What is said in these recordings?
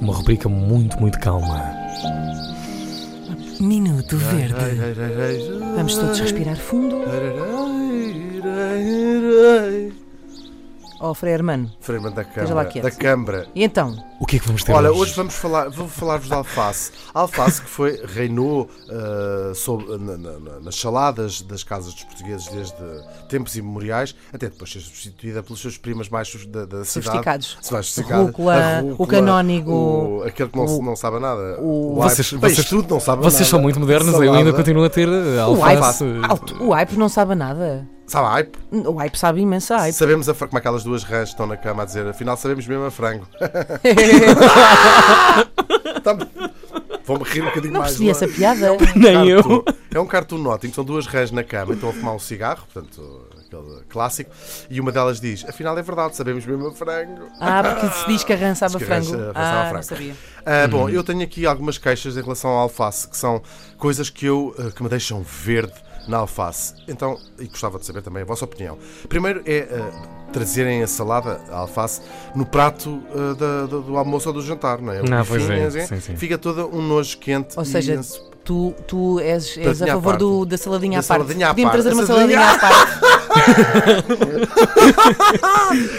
Uma rubrica muito, muito calma. Minuto Verde. Vamos todos respirar fundo. Oh, Frei Hermano. Freeman da lá é. Câmara. quieto. Da Câmara. E então? O que é que vamos ter Olha, hoje? hoje vamos falar, vou falar-vos de alface. A alface que foi, reinou ah, sob- na- na- na- nas saladas das casas dos portugueses desde tempos imemoriais, até depois ser substituída pelos seus primas mais sus- da, da cidade. Sofisticados. Se mais sofisticadas. Rúcula, A o canónigo, o- aquele que não, se- o- não sabe nada. o- aipo. Vocês- Bem, vocês- tudo não sabe nada. Vocês são muito modernos, eu ainda Salada. continuo a ter uh, O alface. hype, alto, o hype não sabe nada. Sabe a aipo? O hype sabe imensa hype. Sabemos a fra- como aquelas duas rãs que estão na cama a dizer, afinal sabemos mesmo a frango. Tá-me- Vou-me rir um bocadinho Não mais. percebi essa longe. piada. Nem eu. Cartoon. É um cartoon noting, são duas rãs na cama, estão a fumar um cigarro, portanto, aquele clássico, e uma delas diz: Afinal é verdade, sabemos mesmo a frango. Ah, porque se diz que arrançava Diz que frango. arrança- arrançava Ah, não frango. sabia. Ah, Uhum. Bom, eu tenho aqui algumas queixas em relação ao alface, que são coisas que eu ah, que me deixam verde na alface. Então, e gostava de saber também a vossa opinião. Primeiro é ah, trazerem a salada, a alface, no prato ah, da- do, do almoço ou do jantar, não é? Não, pois é, Bifinhas, sim, sim. Fica toda um nojo quente. Ou e seja, enso- Tu, tu és, és a Saladinha à favor parte. do, da saladinha Da à parte. saladinha à Podíamos parte. trazer uma Saladinha- saladinha à parte.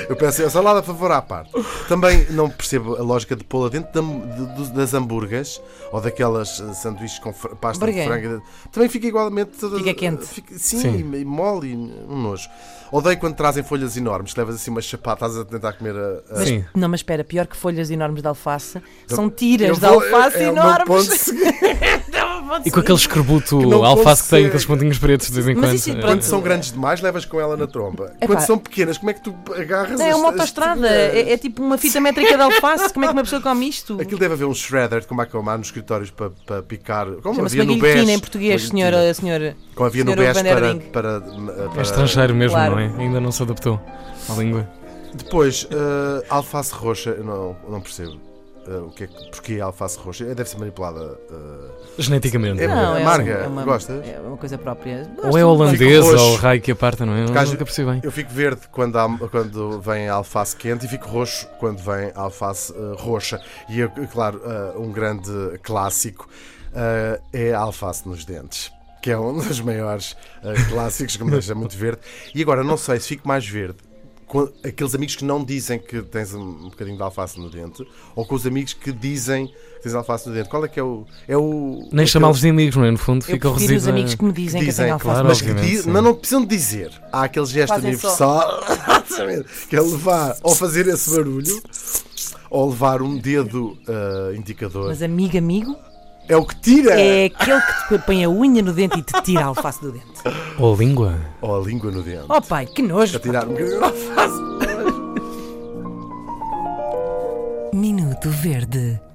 Eu peço a salada a favor à parte. Também não percebo a lógica de pô-la dentro da- de- do- das hambúrgueres ou daquelas eh, sanduíches com fr- pasta Burguinho. de frango. Também fica igualmente. toda- eh, Fica quente. fica- sim, Sim. E, e mole e um nojo. Odeio quando trazem folhas enormes, que levas assim uma chapada, estás a tentar comer a. a- Sim. Não, mas espera, pior que folhas enormes de alface, são Eu tiras de vou- alface é o meu ponto enormes. seguinte. E com aquele escorbuto não alface que tem, consegue. aqueles pontinhos pretos de vez em Mas quando. isso, é eh, pronto. Quando são grandes demais, levas com ela na tromba. Epá. Quando são pequenas, como é que tu agarras Não, é as- uma as autoestrada, tiras? é, é tipo uma fita métrica de alface. Como é que uma pessoa come isto? Aquilo deve haver um shredder, como há que há nos escritórios para, para picar. Como Chama-se havia uma no guilhotina BES. em português, Uma senhora. senhora. Como havia no Senhor BES Urban para, Herding. para, para- É estrangeiro mesmo, Claro. não é? Ainda não se adaptou à língua. Depois, eh, alface roxa, eu não, não percebo. eh, o que é, que- porquê alface roxa? Eh, Deve ser manipulada. eh, Geneticamente. É Não, é amarga. um- é uma, Gostas? É uma coisa própria. Ou é Gosto. holandês Fico roxo. ou raio que aparta, não é? Eu Caso- nunca percebi bem. eu fico verde quando, há- quando vem a alface quente e fico roxo quando vem a alface eh, roxa. E, eu, claro, eh, um grande clássico eh, é a alface nos dentes. Que é um dos maiores eh, clássicos que me deixa muito verde. E agora, não sei se fico mais verde com aqueles amigos que não dizem que tens um bocadinho de alface no dente, ou com os amigos que dizem que tens alface no dente. Qual é que é o. É o Nem aquele- chamá-los de amigos, não é? No fundo, Eu fica o é. prefiro os resíduo. amigos que me que dizem, que eu dizem, tenho alface. claro, mas, que obviamente, diz- sim. mas não precisam de dizer. Há aquele gesto Fazem universal exatamente, que é levar ou fazer esse barulho ou levar um dedo ah, indicador. Mas amigo, amigo, É o que tira! é aquele que te põe a unha no dente e te tira a alface do dente. Ou a língua. Ou a língua no dente. Oh pai, que nojo. Para tirar um bocadinho de alface. Minuto Verde.